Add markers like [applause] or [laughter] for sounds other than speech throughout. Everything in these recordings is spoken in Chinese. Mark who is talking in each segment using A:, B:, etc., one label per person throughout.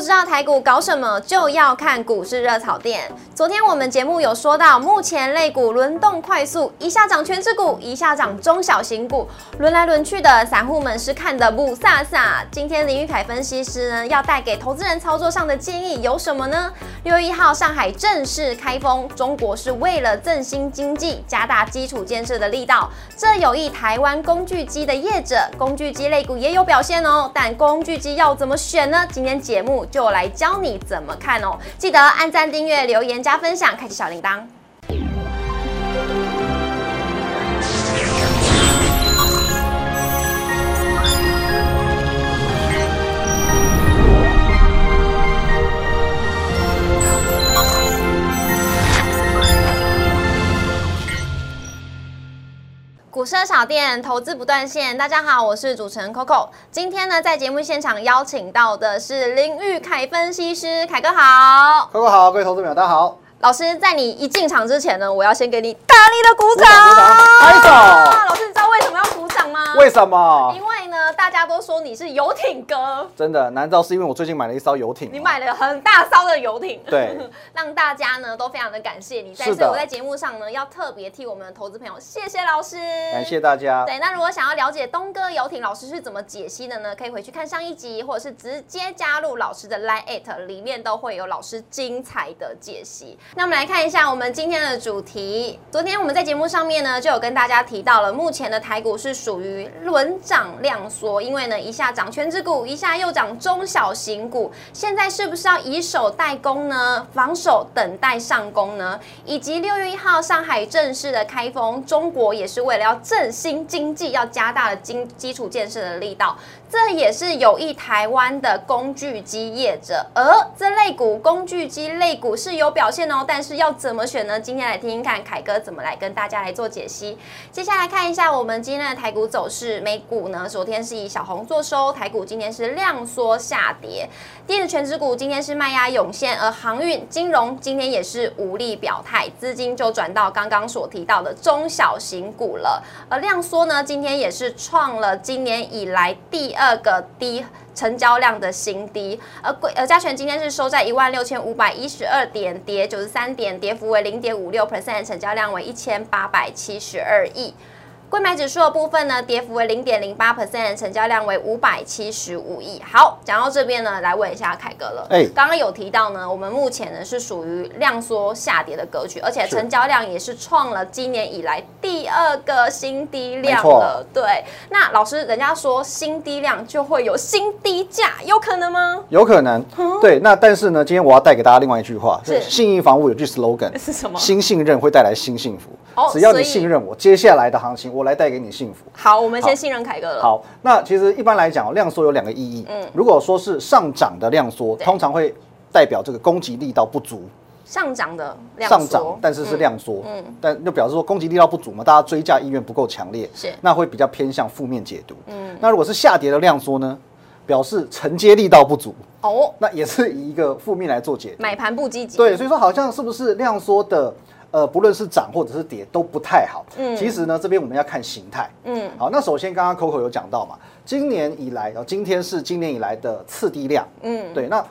A: 知道台股搞什么，就要看股市热炒店。昨天我们节目有说到，目前类股轮动快速，一下涨全指股，一下涨中小型股，轮来轮去的，散户们是看的不飒飒。今天林玉凯分析师呢，要带给投资人操作上的建议有什么呢？六月一号上海正式开封，中国是为了振兴经济，加大基础建设的力道，这有益台湾工具机的业者，工具机类股也有表现哦。但工具机要怎么选呢？今天节目就来教你怎么看哦。记得按赞、订阅、留言、加分享，开启小铃铛。股市小店投资不断线，大家好，我是主持人 Coco。今天呢，在节目现场邀请到的是林玉凯分析师，凯哥好。
B: 各位好，各位投资朋友，大家好。
A: 老师，在你一进场之前呢，我要先给你大力的鼓掌。
B: 鼓掌鼓掌拍手
A: 老师，你知道为什么要鼓掌吗？
B: 为什么？
A: 因为呢，大家都说你是游艇哥，
B: 真的？难道是因为我最近买了一艘游艇吗？
A: 你买了很大艘的游艇，
B: 对，
A: 让大家呢都非常的感谢你。但
B: 是
A: 是
B: 的
A: 我在节目上呢，要特别替我们的投资朋友谢谢老师，
B: 感谢大家。
A: 对，那如果想要了解东哥游艇老师是怎么解析的呢？可以回去看上一集，或者是直接加入老师的 Line at，里面都会有老师精彩的解析。那我们来看一下我们今天的主题。昨天我们在节目上面呢，就有跟大家提到了，目前的台股是属于轮涨量缩，因为呢一下涨全指股，一下又涨中小型股，现在是不是要以守代攻呢？防守等待上攻呢？以及六月一号上海正式的开封，中国也是为了要振兴经济，要加大了经基础建设的力道，这也是有益台湾的工具机业者。而这类股工具机类股是有表现哦，但是要怎么选呢？今天来听听看凯哥怎么来跟大家来做解析。接下来看一下我们今天的台股走势，美股呢昨天是以小红做收，台股今天是量缩下跌，电子全指股呃今天是卖压涌现，而航运、金融今天也是无力表态，资金就转到刚刚所提到的中小型股了。而量缩呢，今天也是创了今年以来第二个低。成交量的新低，而贵而加权今天是收在一万六千五百一十二点，跌九十三点，跌幅为零点五六 percent，成交量为一千八百七十二亿。贵买指数的部分呢，跌幅为零点零八 percent，成交量为五百七十五亿。好，讲到这边呢，来问一下凯哥了。
B: 哎
A: 刚刚有提到呢，我们目前呢是属于量缩下跌的格局，而且
B: 是
A: 成交量也是创了今年以来第二个新低量
B: 没错
A: 了。对，那老师，人家说新低量就会有新低价，有可能吗？
B: 有可能，对。那但是呢，今天我要带给大家另外一句话，
A: 是
B: 信义房屋有句 slogan，
A: 是什么
B: 新信任会带来新幸福
A: 哦。
B: 只要
A: 所以
B: 你信任我，接下来的行情我来带给你幸福。
A: 好，我们先
B: 好
A: 信任凯哥了。
B: 好，那其实一般来讲，量缩有两个意义。嗯，如果说是上涨的量缩，
A: 对
B: 通常会代表这个供给力道不足。
A: 上涨的量
B: 上
A: 缩嗯
B: 涨，但是是量缩，但就表示说供给力道不足嘛，大家追价意愿不够强烈，
A: 是嗯
B: 那会比较偏向负面解读。那如果是下跌的量缩呢，表示承接力道不足，
A: 哦，
B: 那也是以一个负面来做解读。
A: 买盘不积极。
B: 对，所以说好像是不是量缩的，呃，不论是涨或者是跌都不太好。其实呢，这边我们要看形态。
A: 嗯，
B: 好，那首先刚刚 Coco 有讲到嘛，今年以来，哦，今天是今年以来的次低量。嗯，对，那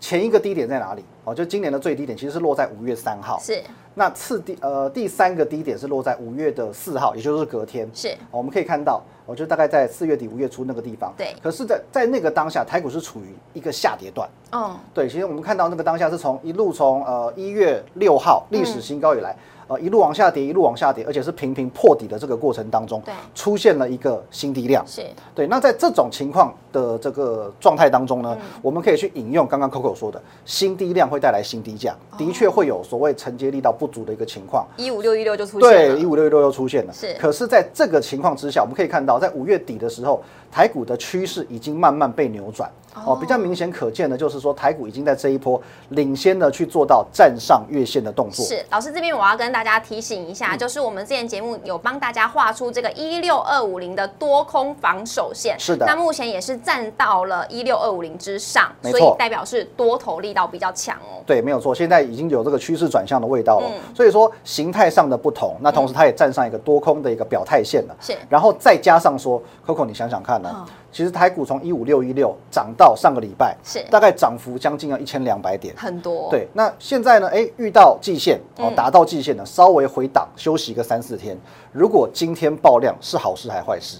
B: 前一个低点在哪里？哦，就今年的最低点其实是落在五月三号。
A: 是
B: 那次第呃第三个低点是落在五月的四号，也就是隔天。
A: 是
B: 哦我们可以看到，我就大概在四月底五月初那个地方。
A: 对
B: 可是在，在那个当下，台股是处于一个下跌段。
A: 哦，
B: 对，其实我们看到那个当下是从一路从呃一月六号
A: 嗯
B: 历史新高以来，呃一路往下跌，一路往下跌，而且是频频破底的这个过程当中，
A: 对
B: 出现了一个新低量。
A: 是
B: 对，那在这种情况的这个状态当中呢，
A: 嗯
B: 我们可以去引用刚刚 Coco 说的，新低量会带来新低价，
A: 哦
B: 的确会有所谓承接力道不足的一个情况。
A: 一五六一六就出现了。
B: 对，一五六六又出现了。
A: 是
B: 可是在这个情况之下，我们可以看到，在五月底的时候，台股的趋势已经慢慢被扭转。哦，比较明显可见的就是说，台股已经在这一波领先的去做到站上月线的动作。
A: 是老师这边我要跟大家提醒一
B: 嗯
A: 下，就是我们之前节目有帮大家画出这个一六二五零的多空防守线，
B: 是的
A: 那目前也是站到了一六二五零之上，
B: 没
A: 所
B: 错
A: 以代表是多头力道比较强哦。
B: 对，没有错，现在已经有这个趋势转向的味道了。
A: 嗯
B: 所以说形态上的不同，那同时它也站上一个多空的一个表态线了。
A: 是
B: 然后再加上说，Coco，你想想看看
A: 嗯
B: 哦，其实台股从一五六一六涨到上个礼拜，
A: 是
B: 大概涨幅将近要一千两百点。
A: 很多，，
B: 对，那现在呢？哎，遇到季线哦
A: 嗯，
B: 达到季线了，稍微回档休息个三四天。如果今天爆量是好事还坏事？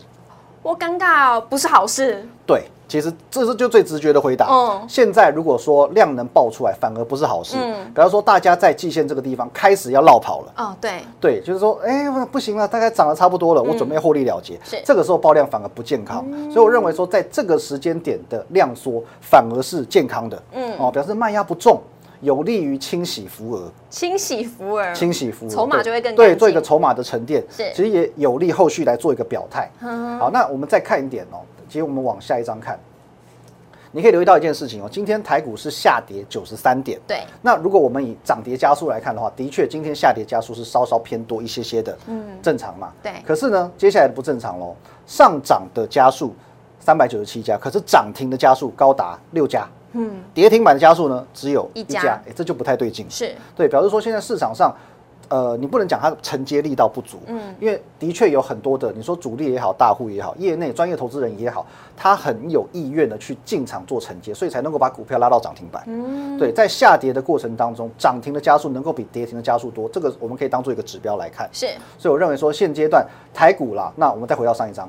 A: 我尴尬哦，不是好事，
B: 对，其实这是就最直觉的回答。
A: 嗯
B: 现在如果说量能爆出来，反而不是好事。
A: 嗯
B: 比方说大家在季线这个地方开始要绕跑了。
A: 哦，对，
B: 对，就是说，哎、不行了，大概涨得差不多了，我准备获利了结。
A: 嗯是嗯
B: 这个时候爆量反而不健康，所以我认为说，在这个时间点的量缩反而是健康的。
A: 嗯
B: 哦，表示卖压不重，有利于清洗浮额。
A: 清洗福尔，
B: 清洗服务，
A: 嗯筹码
B: 对
A: 就会更干
B: 对，
A: 净
B: 做一个筹码的沉淀，
A: 是
B: 其实也有利后续来做一个表态。
A: 嗯
B: 好，那我们再看一点哦，其实我们往下一张看，你可以留意到一件事情哦，今天台股是下跌九十三点。
A: 对，
B: 那如果我们以涨跌加速来看的话，的确今天下跌加速是稍稍偏多一些些的，
A: 嗯，
B: 正常嘛。
A: 对
B: 可是呢，接下来的不正常喽，上涨的加速三百九十七家，可是涨停的加速高达六家，
A: 嗯，
B: 跌停板的加速呢只有
A: 一
B: 一
A: 家
B: 家，哎，这就不太对劲。
A: 是，
B: 对，表示说现在市场上，呃，你不能讲它承接力道不足，
A: 嗯
B: 因为的确有很多的，你说主力也好，大户也好，业内专业投资人也好，他很有意愿的去进场做承接，所以才能够把股票拉到涨停板。
A: 嗯，
B: 对，在下跌的过程当中，涨停的加速能够比跌停的加速多，这个我们可以当做一个指标来看。
A: 是，
B: 所以我认为说现阶段台股啦，那我们再回到上一张，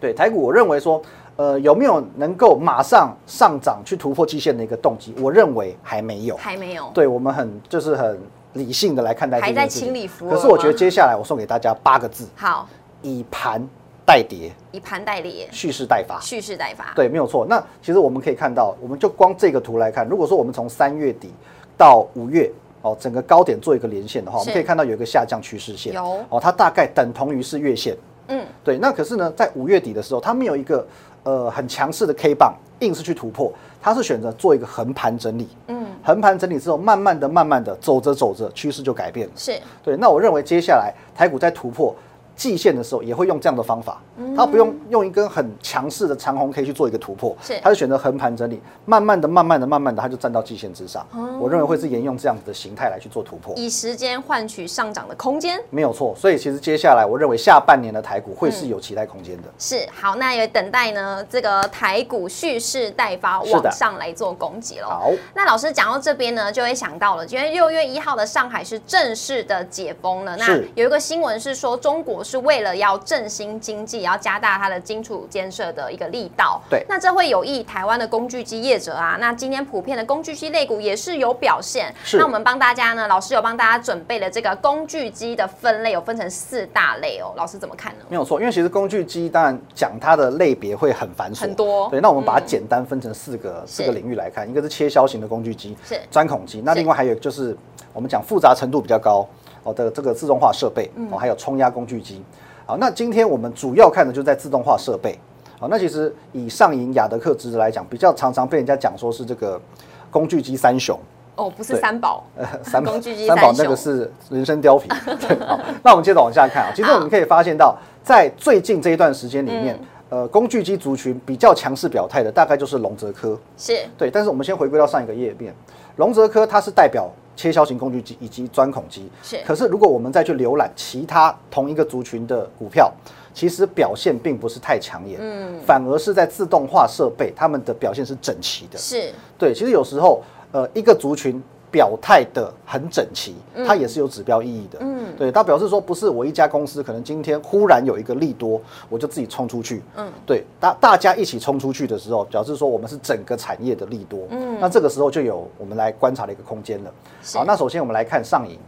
B: 对台股，我认为说，呃，有没有能够马上上涨去突破季线的一个动机？我认为还没有。
A: 还没有，
B: 对我们很就是很理性的来看待这
A: 还
B: 件
A: 在
B: 事情
A: 清理服务
B: 可是我觉得
A: 吗
B: 接下来我送给大家八个字：
A: 好，
B: 以盘代跌，
A: 以盘代理，
B: 蓄势待发。
A: 蓄势待发，
B: 对，没有错。那其实我们可以看到，我们就光这个图来看，如果说我们从三月底到五月。哦，整个高点做一个连线的话，我们
A: 是
B: 可以看到有一个下降趋势线，
A: 有
B: 哦，它大概等同于是月线，
A: 嗯，
B: 对，那可是呢，在五月底的时候，它没有一个呃很强势的 K 棒，硬是去突破，它是选择做一个横盘整理。
A: 嗯，
B: 横盘整理之后，慢慢的、慢慢的走着走着，趋势就改变了。
A: 是，
B: 对，那我认为接下来台股在突破季线的时候，也会用这样的方法，它不用用一根很强势的长红 K 去做一个突破，
A: 是
B: 它是选择横盘整理，慢慢的、慢慢的、慢慢的，它就站到季线之上。我认为会是沿用这样子的形态来去做突破。
A: 以时间换取上涨的空间。
B: 没有错，所以其实接下来我认为下半年的台股会是有期待空间的。
A: 是好，那也等待呢这个台股蓄势待发，
B: 是的
A: 往上来做攻击喽。
B: 好。
A: 那老师讲到这边呢，就会想到了，因为六月一号的上海是正式的解封了。那
B: 是
A: 有一个新闻是说，中国是为了要振兴经济，要加大它的基础建设的一个力道。
B: 对
A: 那这会有益台湾的工具机业者啊。那今天普遍的工具机类股也是有表现。
B: 是
A: 那我们帮大家呢，老师有帮大家准备了这个工具机的分类，有分成四大类哦。老师怎么看呢？
B: 没有错，因为其实工具机当然讲它的类别会很繁琐，
A: 很多
B: 对，那我们把它简单分成四个、
A: 是
B: 四个领域来看，一个是切削型的工具机，
A: 是
B: 钻孔机，那
A: 是
B: 另外还有就是我们讲复杂程度比较高哦的这个自动化设备，
A: 嗯
B: 哦，还有冲压工具机。好，那今天我们主要看的就是在自动化设备。好，那其实以上银雅德克值来讲，比较常常被人家讲说是这个工具机三雄。
A: 哦，不是
B: 对
A: 三宝，
B: 三
A: 工
B: 宝
A: 具机
B: 三宝
A: 三
B: 那个
A: 雄
B: 是人
A: [laughs]
B: 参貂皮。对，好，那我们接着往下看啊。其实我们可以发现到，在最近这一段时间里面，
A: 嗯
B: 呃，工具机族群比较强势表态的，大概就是龙泽科。
A: 是
B: 对，但是我们先回归到上一个页面，龙泽科它是代表切削型工具机以及钻孔机。
A: 是
B: 可是如果我们再去浏览其他同一个族群的股票，其实表现并不是太抢眼，嗯，反而是在自动化设备，它们的表现是整齐的。
A: 是
B: 对，其实有时候呃，一个族群表态的很整齐，它也是有指标意义的。嗯，对，它表示说不是我一家公司可能今天忽然有一个利多，我就自己冲出去。嗯，对，大大家一起冲出去的时候，表示说我们是整个产业的利多。嗯，那这个时候就有我们来观察的一个空间了。
A: 是
B: 好，那首先我们来看上影。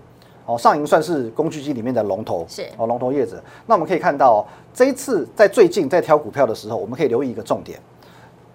B: 哦，上银算是工具机里面的龙头，
A: 是
B: 哦，龙头业者。那我们可以看到、哦，这一次在最近在挑股票的时候，我们可以留意一个重点，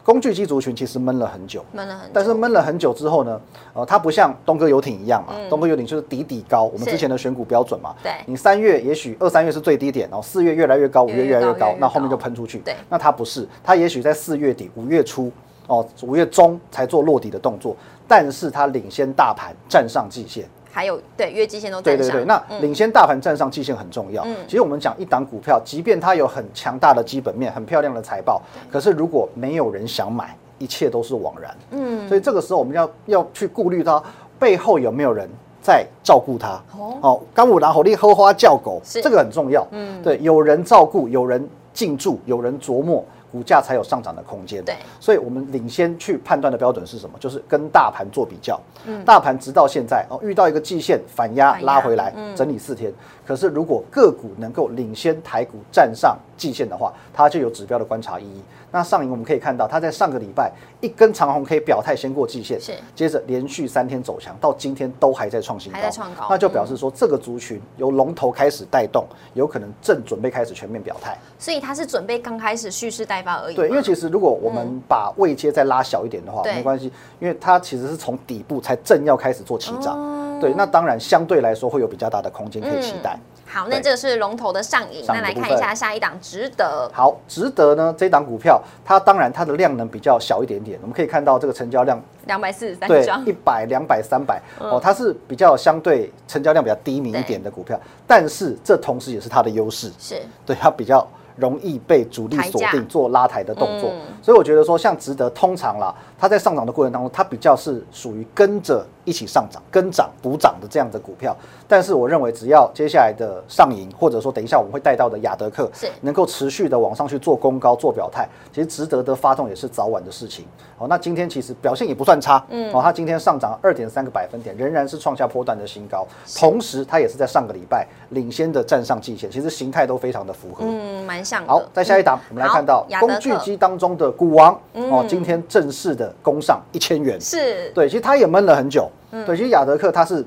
B: 工具机族群其实闷了很久，
A: 闷了很久，
B: 但是闷了很久之后呢，呃，它不像东哥游艇一样嘛，
A: 嗯
B: 东哥游艇就是底底高，我们
A: 是
B: 之前的选股标准嘛。
A: 对
B: 你三月也许二三月是最低点，然后四月越来越高，五
A: 越
B: 月越来
A: 越高
B: 越
A: 越
B: 高
A: 来，越
B: 那后面
A: 高
B: 就喷出去。
A: 对
B: 那它不是，它也许在四月底、五月初。哦，五月中才做落底的动作，但是它领先大盘站上季线，
A: 还有对月季线都
B: 对
A: 站
B: 对
A: 上，嗯
B: 对，那领先大盘站上季线很重要。其实我们讲一档股票，即便它有很强大的基本面、很漂亮的财报，可是如果没有人想买，一切都是枉然。嗯，所以这个时候我们要要去顾虑它背后有没有人。在照顾它
A: 哦
B: 哦，干五拿火力喝花叫狗，
A: 是
B: 这个很重要。嗯，对，有人照顾，有人进驻，有人琢磨，股价才有上涨的空间。
A: 对
B: 所以我们领先去判断的标准是什么？就是跟大盘做比较。大盘直到现在哦，遇到一个季线反压
A: 嗯反压
B: 拉回来，
A: 嗯
B: 整理四天。可是如果个股能够领先台股站上季线的话，它就有指标的观察意义。那上影我们可以看到，它在上个礼拜一根长红 K 表态先过季线，
A: 是
B: 接着连续三天走强，到今天都还在创新高，
A: 还在创高
B: 那就表示说这个族群由龙头开始带动，有可能正准备开始全面表态。
A: 所以它是准备刚开始蓄势待发而已嘛。
B: 对，因为其实如果我们把位阶再拉小一点的话，
A: 对
B: 没关系，因为它其实是从底部才正要开始做起涨。
A: 哦
B: 对，那当然相对来说会有比较大的空间可以期待。
A: 好，那
B: 对
A: 这个是龙头的上影，
B: 上
A: 那来
B: 影的部
A: 看一下
B: 分
A: 下一档值得。
B: 好，值得呢这档股票，它当然它的量能比较小一点点，我们可以看到这个成交量
A: 两百四十三
B: 对
A: 张嗯
B: 一，百、两百、三百哦，它是比较相对成交量比较低迷一点的股
A: 嗯
B: 票，但是这同时也是它的优势。
A: 是
B: 对它比较容易被主力锁
A: 抬价
B: 定做拉抬的动作
A: 嗯，
B: 所以我觉得说像值得通常啦，它在上涨的过程当中，它比较是属于跟着一起上涨、跟涨补涨的这样的股票。但是我认为，只要接下来的上影，或者说等一下我们会带到的雅德克
A: 是，
B: 能够持续的往上去做攻高、做表态，其实值得的发动也是早晚的事情。好，那今天其实表现也不算差，嗯，哦，它今天上涨二点三个百分点，仍然是创下波段的新高，同时它也是在上个礼拜领先的站上季线，其实形态都非常的符合。
A: 嗯，蛮像的。
B: 好，再下一档
A: 嗯，
B: 我们来看到
A: 好雅德
B: 工具
A: 克嗯
B: 机当中的股王哦，今天正式的攻上一千元。
A: 是
B: 对，其实它也闷了很久。对，其实雅德克它是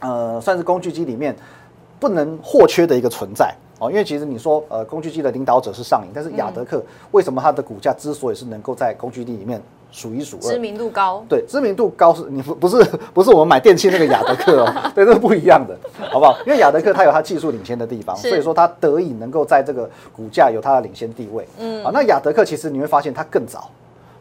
B: 呃，算是工具机里面不能或缺的一个存在。哦，因为其实你说，呃，工具机的领导者是上影，但是雅德克为什么它的股价之所以是能够在工具机里面数一数二
A: 知，名度高，
B: 对，知名度高是你不不是 [laughs] 不是我们买电器那个雅德
A: [laughs]
B: 克哦，对，这是不一样的，好不好？因为雅德克它有它技术领先的地方，
A: 是
B: 所以说它得以能够在这个股价有它的领先地位。嗯，好，那雅德克其实你会发现它更早。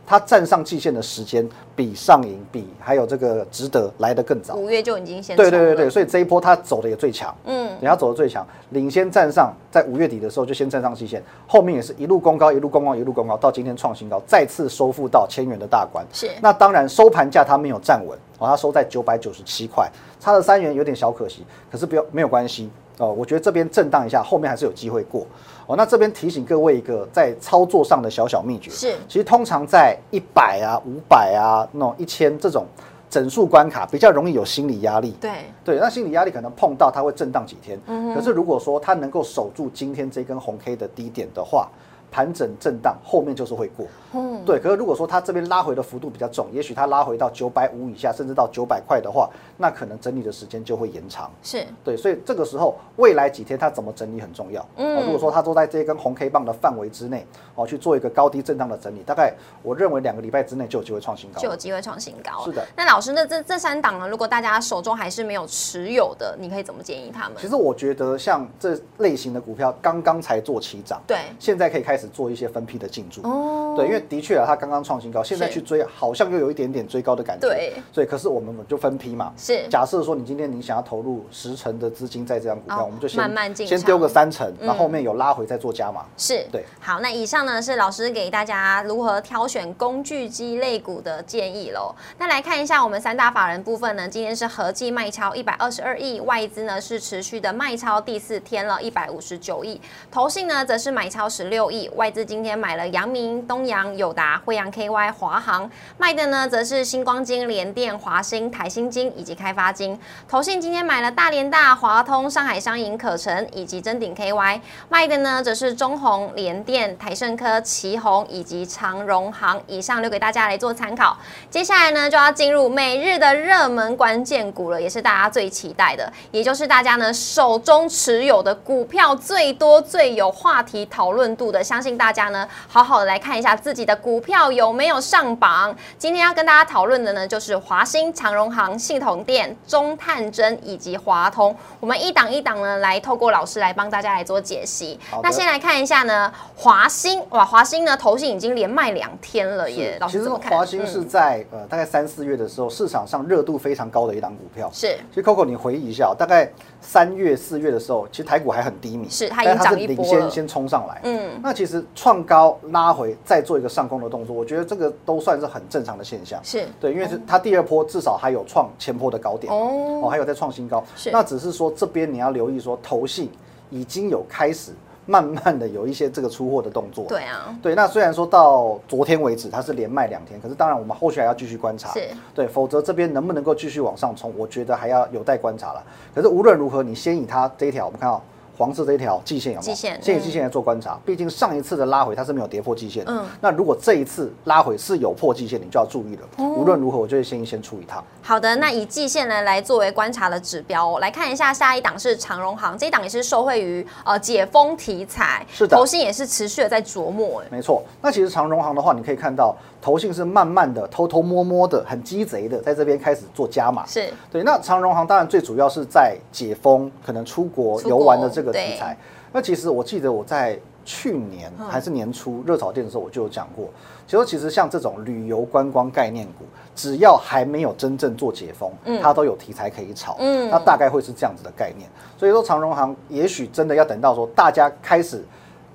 B: 它站上季线的时间比上影、比还有这个值得来得更早，
A: 五月就已经先
B: 对对对
A: 冲了
B: 对，，所以这一波它走的也最强，
A: 嗯
B: 嗯，它走的最强，领先站上，在五月底的时候就先站上季线，后面也是一路攻高，一路攻高，一路攻高，到今天创新高，再次收复到千元的大关。
A: 是
B: 那当然收盘价它没有站稳，哦，它收在九百九十七块，差了三元有点小可惜，可是不要没有关系哦，我觉得这边震荡一下，后面还是有机会过。哦，那这边提醒各位一个在操作上的小小秘诀，
A: 是
B: 其实通常在一百啊、五百啊、那种一千这种整数关卡比较容易有心理压力。
A: 对
B: 对，那心理压力可能碰到它会震荡几天。
A: 嗯
B: 可是如果说它能够守住今天这根红 K 的低点的话，盘整震荡后面就是会过。
A: 嗯
B: 对，可是如果说它这边拉回的幅度比较重，也许它拉回到九百五以下，甚至到九百块的话，那可能整理的时间就会延长。
A: 是
B: 对，所以这个时候未来几天它怎么整理很重要。
A: 嗯
B: 嗯、如果说它都在这一根红 K 棒的范围之内，哦，去做一个高低震荡的整理，大概我认为两个礼拜之内就有机会创新高
A: 就有
B: 了。
A: 机会创新高。
B: 是的。
A: 那老师，那这这三档呢？如果大家手中还是没有持有的，你可以怎么建议他们
B: 其？实我觉得像这类型的股票刚刚才做起涨，
A: 对
B: 现在可以开始做一些分批的进驻。
A: 哦
B: 对，因为的确啊，它刚刚创新高，现在
A: 是
B: 去追啊好像又有一点点追高的感觉。
A: 对，
B: 所以可是我们就分批嘛。
A: 是
B: 假设说你今天你想要投入十成的资金在这张股票，
A: 哦
B: 我们就先
A: 慢慢进
B: 先
A: 场嗯
B: 丢个三成，然后后面有拉回再做加码。
A: 是，
B: 对。
A: 好，那以上呢是老师给大家如何挑选工具机类股的建议喽。那来看一下我们三大法人部分呢，今天是合计卖超一百二十二亿，外资呢是持续的卖超第四天了，一百五十九亿，投信呢则是买超十六亿，外资今天买了阳明、东阳、友达、惠阳 KY、华航，卖的呢则是星光金、联电、华兴、台新金以及开发金。投信今天买了大连大、华通、上海商银、可成以及臻鼎 KY，卖的呢则是中宏、联电、台盛科、旗宏以及长荣行。以上留给大家来做参考。接下来呢就要进入每日的热门关键股了，也是大家最期待的，也就是大家呢手中持有的股票最多、最有话题讨论度的。相信大家呢好好的来看一下自己的股票有没有上榜。今天要跟大家讨论的呢就是华兴、长荣行、系统电、中探针以及华通。我们一档一档呢来透过老师来帮大家来做解析
B: 好。的
A: 那先来看一下呢华兴，哇，华兴呢投信已经连卖两天了耶
B: 是，
A: 老
B: 其
A: 师
B: 实
A: 怎么看？
B: 华兴
A: 嗯
B: 是在、呃大概三四月的时候，市场上热度非常高的一档股票。
A: 是
B: 其实 Coco，你回忆一下哦，大概三月、四月的时候，其实台股还很低迷，
A: 是它
B: 但
A: 已经
B: 它是
A: 涨一波
B: 领
A: 了
B: 先先冲上来。
A: 嗯
B: 嗯，那其实创高拉回再做一个上攻的动作，我觉得这个都算是很正常的现象。
A: 是
B: 对，因为是它第二波至少还有创前波的高点嘛
A: 哦
B: 哦，还有在创新高
A: 是。
B: 那只是说这边你要留意说投信已经有开始慢慢的有一些这个出货的动作。
A: 对啊，
B: 对，那虽然说到昨天为止它是连卖两天，可是当然我们后续还要继续观察，
A: 是
B: 对，否则这边能不能够继续往上冲，我觉得还要有待观察了。可是无论如何，你先以它这一条，我们看到黄色这一条季线有没有？
A: 季线
B: 先以
A: 嗯
B: 季线来做观察，毕竟上一次的拉回它是没有跌破季线的。
A: 嗯
B: 那如果这一次拉回是有破季线，你就要注意了。
A: 哦
B: 无论如何，我就会先先出一趟。
A: 好的，那以季线呢来作为观察的指标、哦，来看一下下一档是长荣行，这一档也是受惠于呃解封题材，
B: 是的
A: 投信也是持续的在琢磨，哎，
B: 没错，那其实长荣行的话，你可以看到投信是慢慢的、偷偷摸摸的、很鸡贼的，在这边开始做加码。
A: 是
B: 对，那长荣行当然最主要是在解封，可能出国
A: 出
B: 游
A: 国
B: 玩的这个
A: 对嗯
B: 题材。那其实我记得我在去年还是年初热炒店的时候，我就有讲过，其实其实像这种旅游观光概念股，只要还没有真正做解封，它都有题材可以炒。
A: 嗯
B: 那大概会是这样子的概念。所以说长荣行也许真的要等到说大家开始。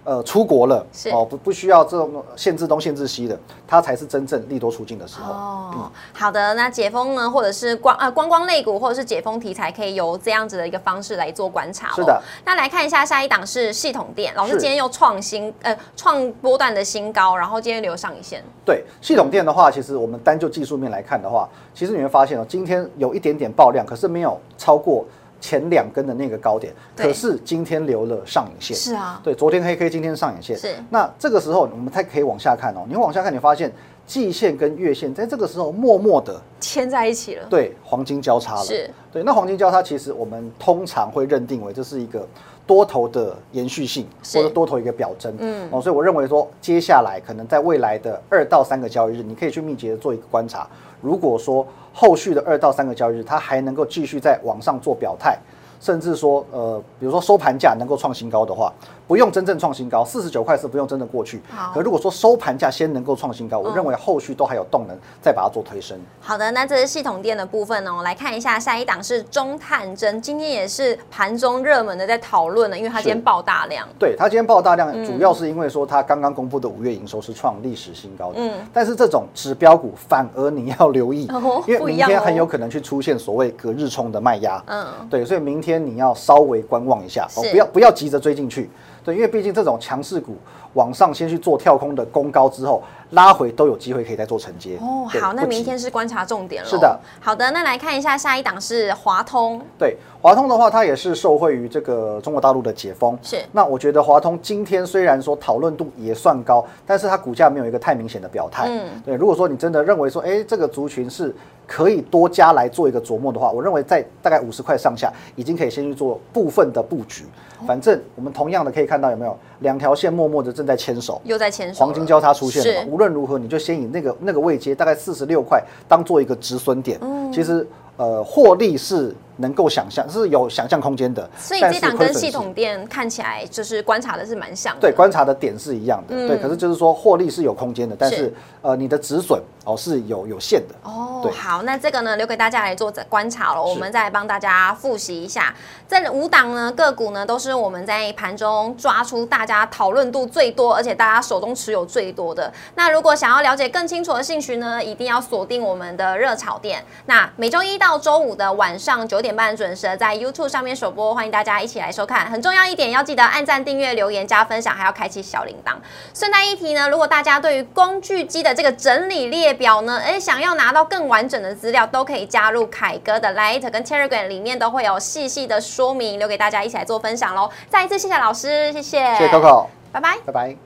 B: 呃，出国了
A: 是
B: 哦，不不需要这种限制东限制西的，它才是真正利多出尽的时候。
A: 哦，好的，那解封呢，或者是光呃观光类股，或者是解封题材，可以由这样子的一个方式来做观察、哦。
B: 是的，
A: 那来看一下下一档是系统店，老师
B: 是
A: 今天又创新呃创波段的新高，然后今天留上一线，
B: 对系统店的话，其实我们单就技术面来看的话，其实你会发现哦，今天有一点点爆量，可是没有超过前两根的那个高点，
A: 对
B: 可是今天留了上影线。
A: 是啊，
B: 对，昨天黑 K，今天上影线。
A: 是
B: 那这个时候我们才可以往下看哦。你往下看，你发现季线跟月线在这个时候默默的
A: 牵在一起了，
B: 对黄金交叉了。
A: 是
B: 对，那黄金交叉其实我们通常会认定为这是一个多头的延续性，
A: 是
B: 或者多头一个表征。
A: 嗯
B: 嗯，哦，所以我认为说，接下来可能在未来的二到三个交易日，你可以去密集的做一个观察。如果说后续的二到三个交易日，它还能够继续在往上做表态。甚至说，呃，比如说收盘价能够创新高的话，不用真正创新高，四十九块是不用真的过去
A: 好。
B: 可如果说收盘价先能够创新高，我
A: 嗯
B: 认为后续都还有动能再把它做推升。
A: 好的，那这是系统店的部分哦，来看一下下一档是中探针，今天也是盘中热门的在讨论了，因为它
B: 是
A: 今天爆大量，
B: 对，它今天爆大量，
A: 嗯
B: 主要是因为说它刚刚公布的五月营收是创历史新高的。
A: 嗯
B: 但是这种指标股反而你要留意
A: 哦，
B: 因为
A: 不一
B: 明
A: 样
B: 天
A: 哦
B: 很有可能去出现所谓隔日冲的卖压。
A: 嗯，
B: 对，所以明天你要稍微观望一下，哦
A: 是，
B: 不要不要急着追进去。对，因为毕竟这种强势股往上先去做跳空的攻高之后，拉回都有机会可以再做承接。
A: 哦，
B: 对
A: 好，那
B: 不
A: 明
B: 急
A: 天是观察重点了，
B: 是的，
A: 好的，那来看一下下一档是华通，
B: 对，华通的话，它也是受惠于这个中国大陆的解封。
A: 是
B: 那我觉得华通今天虽然说讨论度也算高，但是它股价没有一个太明显的表态。
A: 嗯
B: 对。如果说你真的认为说，哎，这个族群是可以多加来做一个琢磨的话，我认为在大概五十块上下，已经可以先去做部分的布局。
A: 哦
B: 反正我们同样的可以看到有没有两条线默默的正在牵手。
A: 又在牵手了，
B: 黄金交叉出现了嘛
A: 是，
B: 无论如何，你就先以那个那个位阶，大概四十六块，当做一个止损点。
A: 嗯
B: 其实，呃，获利是能够想象，是有想象空间的。
A: 所以
B: 但
A: 这
B: 是
A: 档
B: 亏
A: 跟
B: 损
A: 系
B: 是
A: 统嗯店看起来就是观察的是蛮像的。
B: 对观察的点是一样的，对。可是就是说，获利是有空间的，
A: 嗯
B: 但
A: 是
B: 是呃，你的止损哦是有有限的。
A: 哦
B: 对，
A: 好，那这个呢留给大家来做观察了，我
B: 是
A: 们再来帮大家复习一下。这五档呢个股呢都是我们在盘中抓出大家讨论度最多，而且大家手中持有最多的。那如果想要了解更清楚的兴趣呢，一定要锁定我们的热炒店。那每周一到周五的晚上九点半准时地在 YouTube 上面首播，欢迎大家一起来收看。很重要一点，要记得按赞、订阅、留言、加分享，还要开启小铃铛。顺带一提呢，如果大家对于工具机的这个整理列表呢，哎，想要拿到更完整的资料，都可以加入凯哥的 Light 跟 Telegram 里面都会有细细的说明，留给大家一起来做分享喽。再一次谢谢老师，谢谢，
B: 谢谢 Coco，
A: 拜拜。
B: 拜拜。